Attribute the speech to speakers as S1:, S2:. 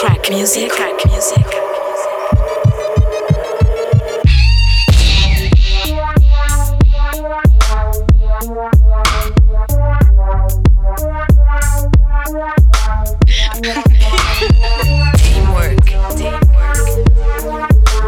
S1: Hack Music. Hack Music. Teamwork. Teamwork.